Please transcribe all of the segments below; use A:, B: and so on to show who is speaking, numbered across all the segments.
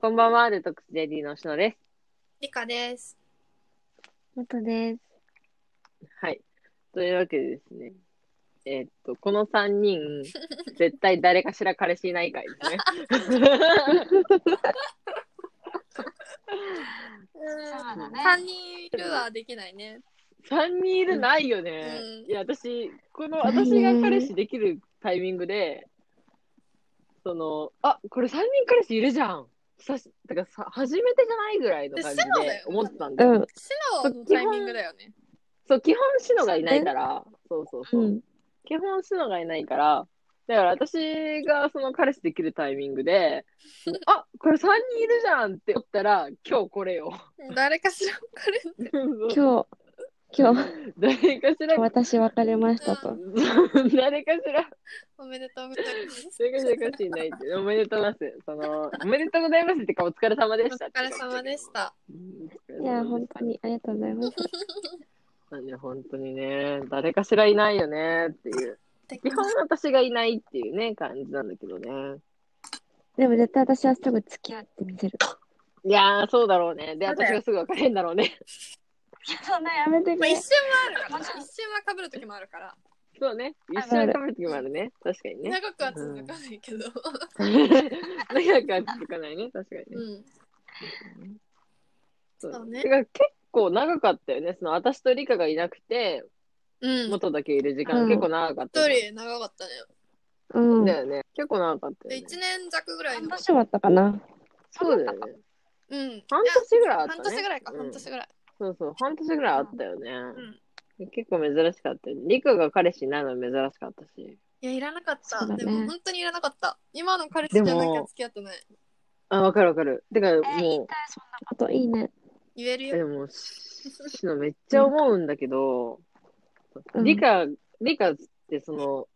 A: こんばんは、デトックス JD のしので
B: リカです。
C: 元です。
A: す。はい。というわけでですね、えーっと、この3人、 絶対誰かしら彼氏いないかいですね。
C: そうだね
B: 三人いるはできないね。
A: 3人いるないよね。
B: う
A: い
B: ん
A: や、私、この、
C: ないね
A: 私が彼氏できるタイミングで、その、あ、これ3人彼氏いるじゃん。久し、だからさ、初めてじゃないぐらいの感じ
B: そうだ
A: で
B: よ
A: 思ってたんだ
C: う
A: よ。
C: ん。
B: シナのタイミングだよね。
A: そう、基本、シノがいないから、そうそうそう。
C: うん。
A: 基本すのがいないから、だから私がその彼氏できるタイミングで、あこれ3人いるじゃんって思ったら、今日これよ。
B: 誰かしら彼れ
C: 今日、今日、
A: 誰かしら、
C: 私別れましたと。
A: 誰かしら、
B: おめでとうございます。
A: 誰かしら彼氏いないって、おめでとうございます。その、おめでとうございますってか、お疲れ様で
B: お
A: したって
B: 疲れ様でした。
C: いや、本当にありがとうございます。
A: 当に。本当にね、誰かしらいないよねっていう。基本私がいないっていうね、感じなんだけどね。
C: でも絶対私はすぐ付き合ってみせる。
A: いやー、そうだろうね。で、
B: そうだ
A: 私
B: よ
A: がすぐ別れるんだろうね。
C: いや、そんなやめてく
B: まあ、
C: れ。
B: 一瞬はあるから、一瞬は被る時もあるから、
A: そうね。一
C: あ
A: 緒に食べる時もあるね。確かにね。
B: 長くは続かないけど。
A: 長くは続かないね。確かに
B: う
A: ね。
B: ん。
A: そ
B: そうね
A: てか結構長かったよね。その私とリカがいなくて、
B: うん。一
A: 元だけいる時間、
C: うん
A: 結構長かったじゃん。
B: 人長かったね。
C: うん。
A: だよね。結構長かった
B: で、
A: よね
B: 一。年弱ぐらい
C: 半
B: の。
C: 年終わったかな。
A: そうだよね。
B: うん。
A: 半年ぐらいあったね
B: 半。年ぐらいか、
A: うん
B: 半年ぐらい。
A: そうそう。半年ぐらいあったよね。
B: ん
A: 結構珍しかったよね。リカが彼氏いないの珍しかったし。
B: いや、いらなかっ
C: そ
B: た。
C: うだね
B: でも、本当にいらなかった。今の彼氏じゃなきゃ付き合ってない。
A: あ、わかるわかる。てか、
C: えー言い
A: も
C: たい、そんなこと。いいね。
B: 言える
A: う、
B: よ。
A: でも、ししのめっちゃ思うんだけど、
C: うん
A: リカ、リカってその、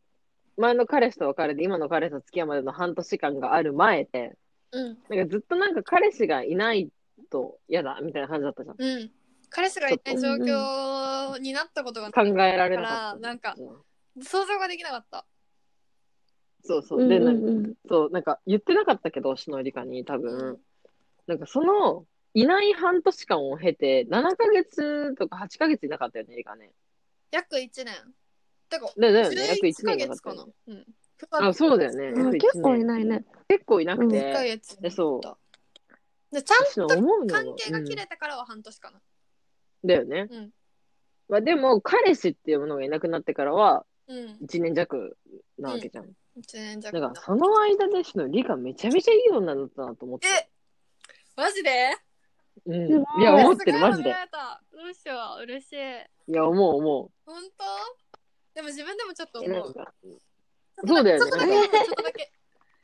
A: 前の彼氏と別れて、今の彼氏と付き合うまでの半年間がある前で、
B: うん。
A: なんかずっとなんか彼氏がいないと嫌だみたいな感じだったじゃん。
B: うん。彼氏がいない状況になったことが
A: 考えられなかった。
B: なんか
A: うん
B: 想像ができなかった。
A: そうそうう。
C: ん
A: で、
C: う
A: なんか、
C: んうん。
A: そう、なんか言ってなかったけど、しのりかに多分。なんかその、いない半年間を経て、7ヶ月とか8ヶ月いなかったよね、リカね。
B: 約1年。てか、
A: だだよね、約
B: 11
A: 1
B: ヶ
A: 年いなかった
B: 月か
A: よね、
B: な。うん。
A: あ、そうだよね。
C: うん
A: 約
C: 結構い
A: 一年
C: ないね。
A: 結構いなくて。
B: 1ヶ月。。
A: えそう
B: で、ちゃん
A: 私は思うの
B: と
A: が
B: 関係が切
A: うん
B: れたからは半年かな。
A: だよね。
B: うん
A: まあでも、彼氏っていうものがいなくなってからは、
B: うん。
A: 1年弱なわけじゃん。
B: 1年弱
A: だから、その間でしのりかめちゃめちゃいい女になったなと思って。
B: えマジで
A: うん
C: すごい。
A: いや、思ってる、
B: すごい
A: マジで
B: 褒めら。れたどうしよう、嬉しい。
A: いや、思う、思
B: 本当でも自分でもちょっと
A: う。な
B: 思
A: ん
B: う。
A: かそうだよね
B: ちょっとだけ、ちょっとだけ。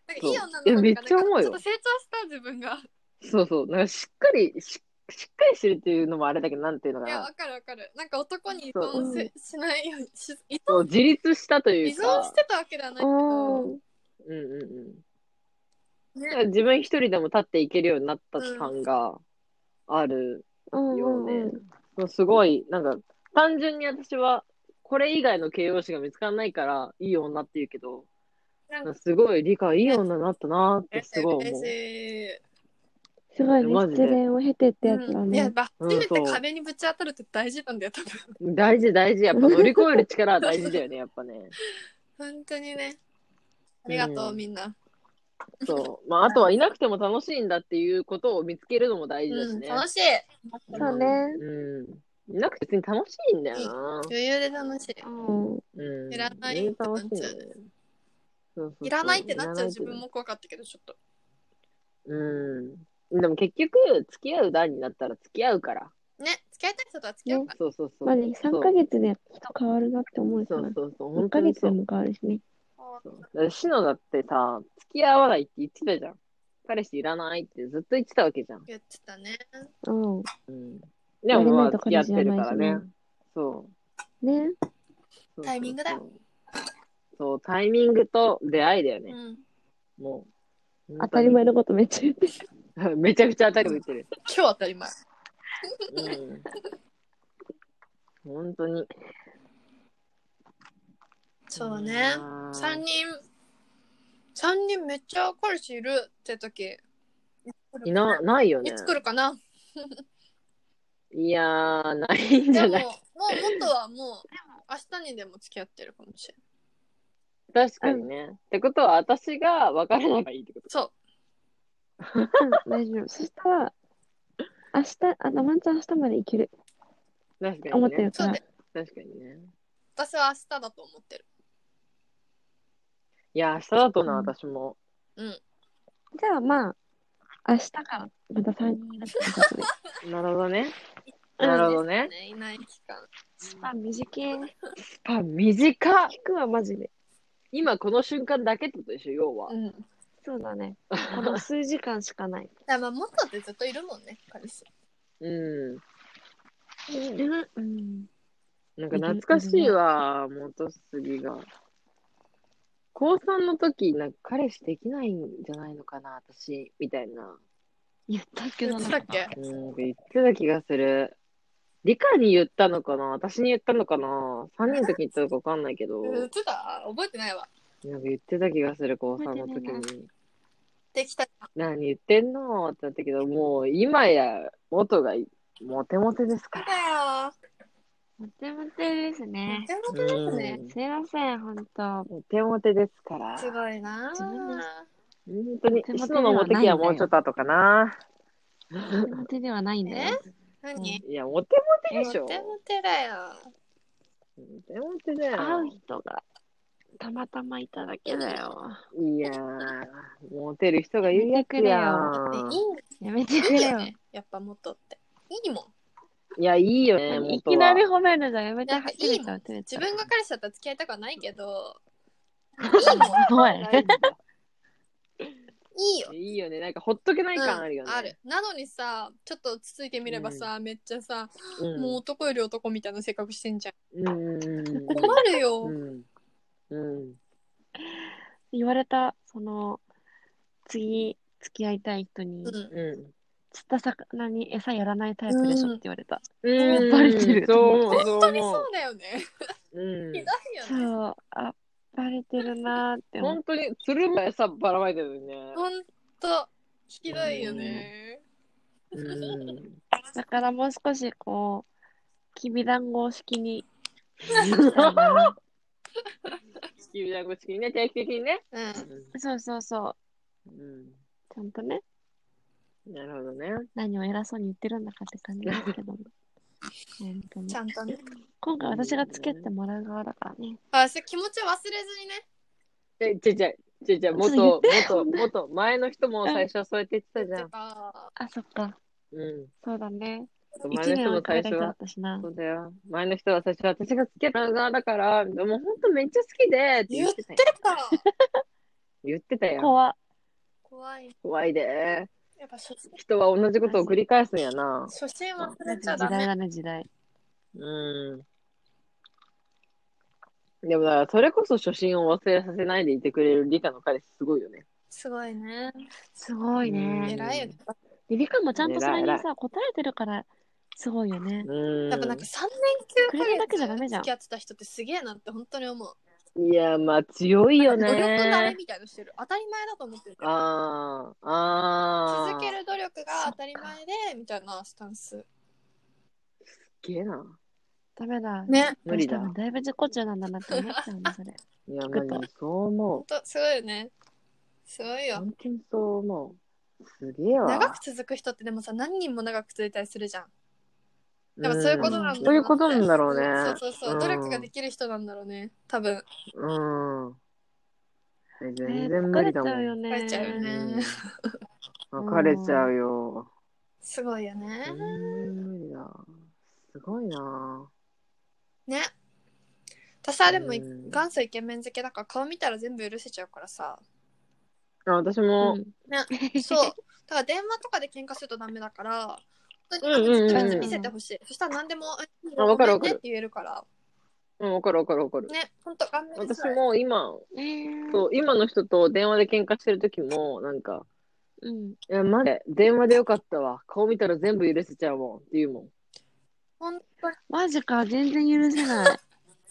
B: なんかいい女の子だか
A: そ
B: ら
A: ういやめっちゃ思うよ
B: なんかちょっと成長した自分が。
A: そうそう。なんか、しっかり、ししっかりしてるっていうのもあれだけど、なんていうのか
B: いや、わ
A: な。
B: かるわかる。なんか男に依
A: そう
B: 存せしないようにし依
A: そう
B: 存
A: 自立したと
B: 依
A: いう
B: 存
A: か
B: し。てたわけではないけど、
C: う
A: うん
C: ん
A: うんうん。だから
B: ね、
A: 自分一人でも立っていけるようになった期間がある。
C: うんうんうん。
A: もうすごい、なんか、単純に私は、これ以外の形容詞が見つからないから、いい女って言うけど、
B: なんか
A: すごい理解いい女になったなーってすごい
B: 嬉
A: 思う
B: し。い。
C: すごい
A: マ
C: ね。
A: ジで
C: 失恋を経てってやつだ
B: うん、いや、
C: ね。
B: ばっちりっ
A: う
B: て
A: んそう
B: 壁にぶち当たるって大事なんだよ、多分。
A: 大事大事。やっぱ乗り越える力は大事だよね、やっぱね。
B: 本当にね。ありがとう、
A: うん
B: みんな。
A: そう。まあ、あとはいなくても楽しいんだっていうことを見つけるのも大事だし
B: うん、
A: ね。
B: 楽しい。
C: いそうね
A: うん。いなくて別に楽しいんだよな。
B: 余裕で楽しい。
C: うん。
A: うん。
B: いらない
A: 全然楽しいんだよね。そうそうそう
B: いらないってなっちゃう自
A: いらないってなっちゃう
B: 分も怖かったけど、ちょっと。
A: うん。でも結局、付き合う段になったら付き合うから。
B: ね、付き合いたい人とは付き合うから。
A: そうそうそう。
C: まあね、3ヶ月で人変わるなって思うし
A: そ
C: な
A: う。そうそう。
C: 1
A: 本当
C: ヶ
A: に
C: 月
A: そ
C: で
A: う。
C: も変わるしね。
A: そうだからシノだってさ、付き合わないって言ってたじゃん。彼氏いらないってずっと言ってたわけじゃん。
B: 言ってたね。
C: うん。
A: うん。でもまあ、付き合ってるから
C: やりないと彼氏いら
A: ね
C: ないし。
A: そう
C: ね。
A: そうそうそう。
B: タイミングだ
A: そう、タイミングと出会いだよ
B: う
A: ね。
B: ん。
A: もう。
C: 当たり前のことめっちゃ言ってる。
A: 本当 に。めちゃくちゃ当たり前言ってる。
B: 今日当たり前。
A: うん。 本当に。
B: そうね。3人、3人めっちゃ彼氏いるって時、
A: いな、ないよね
B: い。つ来るかない
A: やー、ないんじ
B: で
A: ゃ
B: も
A: な
B: も
A: いう
B: 元はもう明日にでも付き合ってるかもしれない
A: 確かにね。ってことは、私が分からなきゃいいってこと
B: そ
C: うん、大丈夫。そしたら、明日、あの、ワンチャン明日まで行ける。
A: 確か
C: 思
A: に
C: っ
A: ね
C: てる。
B: うそう
C: から
B: ね。
A: 確かにね。
B: 私は明日だと思ってる
A: いや、明日だとな、
C: うん
A: 私も。
C: じゃあ、まあ、明日からまた3人いるってことで。
A: なるほどね。なるほどね。
B: いない期間
C: スパ短い。
A: スパ短っ
C: 聞くわ、マジで。
A: 今この瞬間だけってことでしょ、要は。
B: うん
C: そうだね。この数時間しかない。
B: だからまあ元ってずっといるもんね彼氏
A: うん。
C: うん。
A: なんか懐かしいわ、元杉が。高3の時、なんか彼氏できないんじゃないのかな、私、みたいな。
C: 言ったっけ
B: 言ってたっけ
A: うん、言ってた気がする。理科に言ったのかな私に言ったのかな ?3 人の時に言ったのか分かんないけ ど、
B: 言ってた覚えてないわ
A: なんか言ってた気がする、高3の時
C: 覚え
A: に。
B: できた
A: 何言ってんのってなったけど、もう今や元がモテモテですから。
B: だよ
C: モテモテですね。
B: でもですね
A: うん
C: すいません、ほんと。
A: モテモテですから。
B: すごいな
C: 自分
A: 本
C: で
A: 当に、
C: モテモテ
A: 石野のモテ期はもうちょっと後かな。
C: モテモテではないんだよ。
B: 何
A: いや、モテモテでしょ。モ
B: モテモテだよ
A: テモテだよ。
C: 会う人がたまたまいただけだよ。
A: いやー、モテる人が言うやつやん。
B: ねいいん
C: やめて
B: だ
C: くれ
B: よ
C: よ。
B: ねやっぱ元っていいもん
A: いや、いいよね、
C: い
A: 元
C: きな
A: は
C: り。褒めるのやめて、
B: なんかいいもん
C: 照れちゃう照れち
B: 自
C: ゃう
B: 分が彼氏だったら付き合いたくはないけどいいもん
C: おい
B: いいよ
A: いいよね、なんかほっとけない感あるよね。
B: うんあるなのにさちょっとつついてみればさ、めっちゃさ、
A: うん。
B: もう男より男みたいな性格してんじゃん
A: うんうん
B: 困るよ、
A: うん。うん。
C: 言われた、その、次、付き合いたい人に
B: う、ん
A: うん。
C: 釣った魚に餌やらないタイプでしょ
B: うん
C: って言われた。
A: うん。
C: バレてる
A: そう思う、そう
B: 本当に
A: 思
B: そうう。だよね。
A: うん
B: ひどいよね。
C: そう、あ、バレてるなーって思っ
A: 本当に、つるも餌ばらまいてるよね。
B: 本当ひどいよね。
A: うん。
C: た。だからもう少し、こう、きびだんご 式に。したいな
A: 地球団子式にね、定期的にね。
B: うん。
C: そうそうそう。
A: うん。
C: ちゃんとね、
A: なるほどね。
C: 何を偉そうに言ってるんだかって感じですけ ども。本当に
B: ちゃんとね。
C: 今回私がつけてもらう側だからね。
B: あ、それ気持ち忘れず
A: え、
B: にね。
A: じゃじゃじゃじゃ元、 元、元、前の人も最初はそうやって言ってたじゃん。
B: あ
C: あ、そっか。
A: うん。
C: そうだね。
A: 前の
C: 一年
A: 人
C: は
A: も
C: 彼
A: 最
C: が
A: 初
C: だ
A: は
C: っ。たしな
A: そ。うだよ。前の人は最初は私が付き合った側だから、もう本当めっちゃ好きでって言ってたよ。
B: 出た。
A: 言ってたよ。
C: 怖っ
B: 怖い。
A: 怖いで。
B: やっぱ初心
A: 人は同じことを繰り返すんやな。
B: 初心忘れ
C: 時
B: ちゃ
C: 代
B: ダメ。
C: だね、時代。
A: うん。でもだから、それこそ初心を忘れさせないでいてくれる理科の彼氏すごいよね。
B: すごいね。
C: すごい
A: うん
C: ね。
B: 偉いよね。
C: リリカもちゃんとそれ
A: 偉い
C: に
A: 偉
C: さ、答えてるから、すごいよね。
A: うん。
B: やっぱなんか三
C: く
B: 年
C: れる
B: 9
C: だけじゃ
B: ヶ
C: ダメ
B: 月
C: じ
B: 付き合
C: ゃん
B: ってた人ってすげえなって本当に思う。
A: いや、まあ強いよ
B: 努力慣れ
A: ね。
B: みたいのしてる。当たり前だと思ってるから。
A: ああ、ああ。
B: 続ける努力が当たり前でみたいなスタンス。
A: すげえな。
C: ダメだ。
B: ね。
A: 無理だ
C: どう。したのだいぶ自己中なんだなって思っちゃうね、それ。
A: いや、マジそう思。
B: 本当すごいよね。すごいうよ。
A: 本当にそう思う。すげえわ。
B: 長く続く人ってでもさ何人も長く続いたりするじゃん。やっぱそういうことなんだ
A: う
B: ろなっ
A: ん
B: て
A: そういうことなんだろうね。
B: そうそうそう、努力ができる人なんだろうね。多分。
A: うん。え 全
C: ね
A: 然無理だも
C: 疲れちゃうよ
A: ん。
C: ね。
B: 疲れちゃうよね
A: うん別れちゃうよ。
B: すごいよね
A: 全。然無理だ。すごいな。
B: ね。私はでも、
A: うん
B: 元祖イケメン好きだから顔見たら全部許せちゃうからさ。
A: あ、私
C: う
A: も。
C: ん。
B: そう。だから電話とかで喧嘩するとダメだから、本
A: うんうんうん
B: 当に見せてほしい。そしたら何でも、
A: あわかるわか
B: ご
A: る
B: めんねって言えるから。
A: うん、わかるわかるわかる。
B: ね、本当顔面
A: 私も今、
C: えー
A: そう、今の人と電話で喧嘩してる時も、なんか、
C: うん。
A: いや、マジで電話でよかったわ。顔見たら全部許せちゃうもんって言うも
B: 本当に
C: マジか、全然許せない。
A: ん。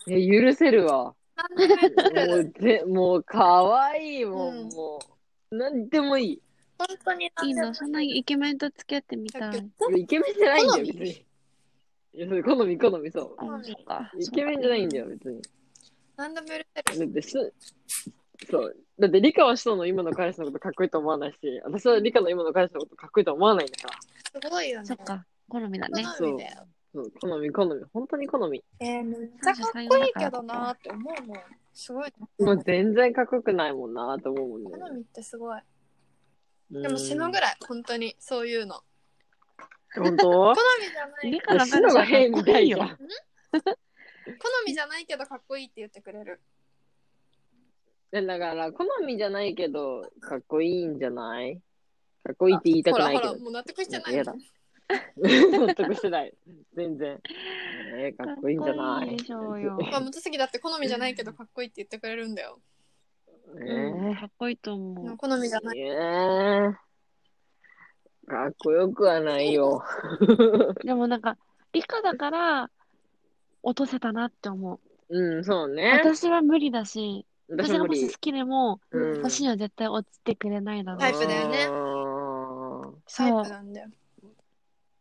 A: え、許せるわ。
B: 何でも
A: も
B: 言える。
A: う、ぜもう、かわいいもん、
B: うん
A: もう。なんでもいい。
B: 本当に
C: いい
B: な
C: な、そんなイケメンと付き合ってみたい。
A: イケメンじゃないんだよ、
B: 好み
A: 別に。いや、それ好み、好み、そ
C: あ、そうか。
A: う。イケメンじゃないんだ
C: よ。
A: よ、別に。
B: 何でも許せる。
A: だってし、そう。だって、理科は人の今の彼氏のことかっこいいと思わないし、私は理科の今の彼氏のことかっこいいと思わないんだから。
B: すごいよね。
C: そっか、好みだね。
B: 好みだよ。
A: そう、好み、好み、本当に好み。
B: えー、めっちゃかっこいいけどなーって思うもん。すごい。
A: もう全然かっこよくないもんなと思うもんね。
B: 好みってすごい。
A: うん
B: でも死ぬぐらい、本当に、そういうの。
A: 本当
B: 好みじゃない
C: 理
B: けど、
C: 科の
A: 死のが変みたいじゃ
C: よ。
A: ん。
B: 好みじゃないけどかっこいいって言ってくれる。
A: えだから、好みじゃないけど、かっこいいんじゃないかっこいいって言いたく
B: ほら
A: ない
B: ほ
A: け
B: ら、
A: ど。
B: もう納得してない。
A: やだ。 納得してない。全然。えーかっこいいんじゃな
C: かっこい
A: い
C: いでしょうよ
B: まあ、元杉だって好みじゃないけどかっこいいって言ってくれるんだよ。
A: え
C: うんかっこいいと
B: で
C: 思
B: も
C: う。
B: 好みじゃない。
A: えーかっこよくはないよ。
C: でもなんか、理科だから、落とせたなって思う。
A: うん、そうね。
C: 私は無理だし、私
A: 私
C: が
A: も無
C: もし
A: 理
C: 好。きでも、
A: うん
C: 私には絶対落ちてくれないだろう。
B: タイプだよね
A: ね。
B: タイ
C: そう
B: プなんだよ。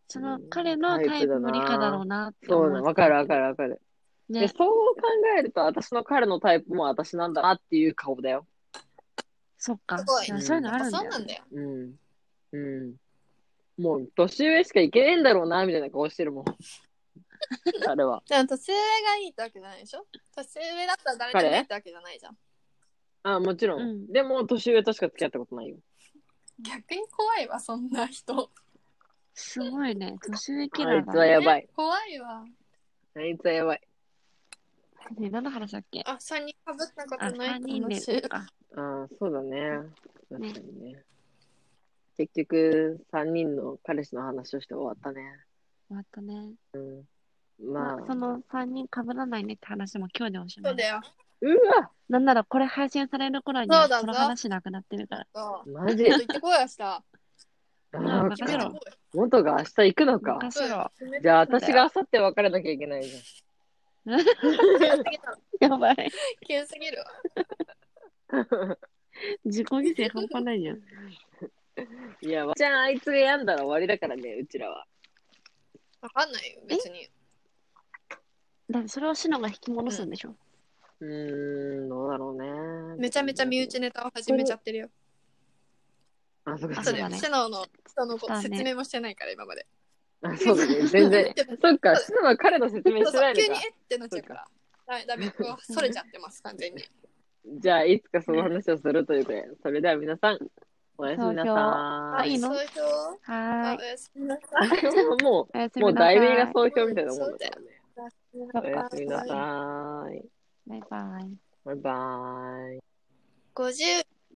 C: その彼のタイプも理科だろうなって
A: そ
C: 思
A: うな、わかるわかるわかる。で
C: ね、
A: そう考えると、私の彼のタイプも私なんだなっていう顔だよ。
C: そっか。
B: すごい
C: でもそういうのあ
B: やっ
C: る
B: ぱ
C: んだ
B: そうな。
C: よ
B: んだよ。
A: うん。うん。もう、年上しかいけねえんだろうな、みたいな顔してるもん。彼は。
B: でも年上がいいってわけじゃないでしょ年上だったら誰でもいいってわけじゃないじゃん。
A: あ、もちろん。
C: うん
A: でも、年上としか付き合ったことないよ。
B: 逆に怖いわ、そんな人。
C: すごいね。年上キ
A: あ
C: ラ
A: い
C: ー
A: つは
C: だ。
A: やばい。
B: 怖いわ。
A: あいつはやばい。
C: ね、何の話だっけ
B: あ、3人かぶったこ
C: あ、
B: とない
C: 3人
B: 楽し
C: で
B: い。
C: か。
A: あーそうだね。確かにね。結局、3人の彼氏の話をして終わったね。
C: 終わったね。
A: うん。まあ
C: まあ、、その3人被らないねって話も今日でおしま
B: そう
C: い。
B: だよ。
A: うわ
C: なんならこれ配信される頃に
B: そ
C: は
B: うだぞ
C: この話なくなってるから。
B: そう。
A: マジ
B: ちょっと行ってこいよ、明
C: な
A: あー
C: んか
B: 日。行
C: 出ろ
B: ってこい
A: 元が明日行くのか。
C: 昔 は。
A: じゃあ、
C: そうだ
A: 私
C: よ
A: が明後日別れなきゃいけないじゃん。
B: 急すぎる
C: やばい。
B: 急すぎるわ。
C: 自己犠牲半端ないじゃん。
A: いや、わちゃん、あいつが病んだら終わりだからね、うちらは。
B: わかんないよ、別に。
C: だってそれをシノが引き戻すんでしょ。
A: うーん、どうだろうね。
B: めちゃめちゃ身内ネタを始めちゃってるよ。
A: あ、そうか、
C: あ
B: そ
A: そうう
B: だよ。
A: だ
C: ね
A: ね。
B: シノの人のこと
C: そうだね
B: 説明もしてないから、今まで。
A: あ、そうだね。全然。そっか、シノは彼の説明
B: そ
A: して
B: うそ
A: な
B: う
A: い
B: 急に
A: のか。
B: えってなっちゃうから。ダメ、ダメ、こう、それちゃってます、完全に。
A: じゃあ、いつかその話をするということで、それでは皆さん、おやすみなさ
C: あ
A: ー
C: いいの
B: そういう人
C: はー
B: あ
C: い。
B: おやすみなさい。
A: い。も
C: おやす
A: う、
C: み
A: もう
C: なさい。
A: 題名が総評みたいなもんだからね。
C: そっ
A: おや
C: か
A: すみなさーい。
C: バイバイ。
A: バイバーイ。
B: 50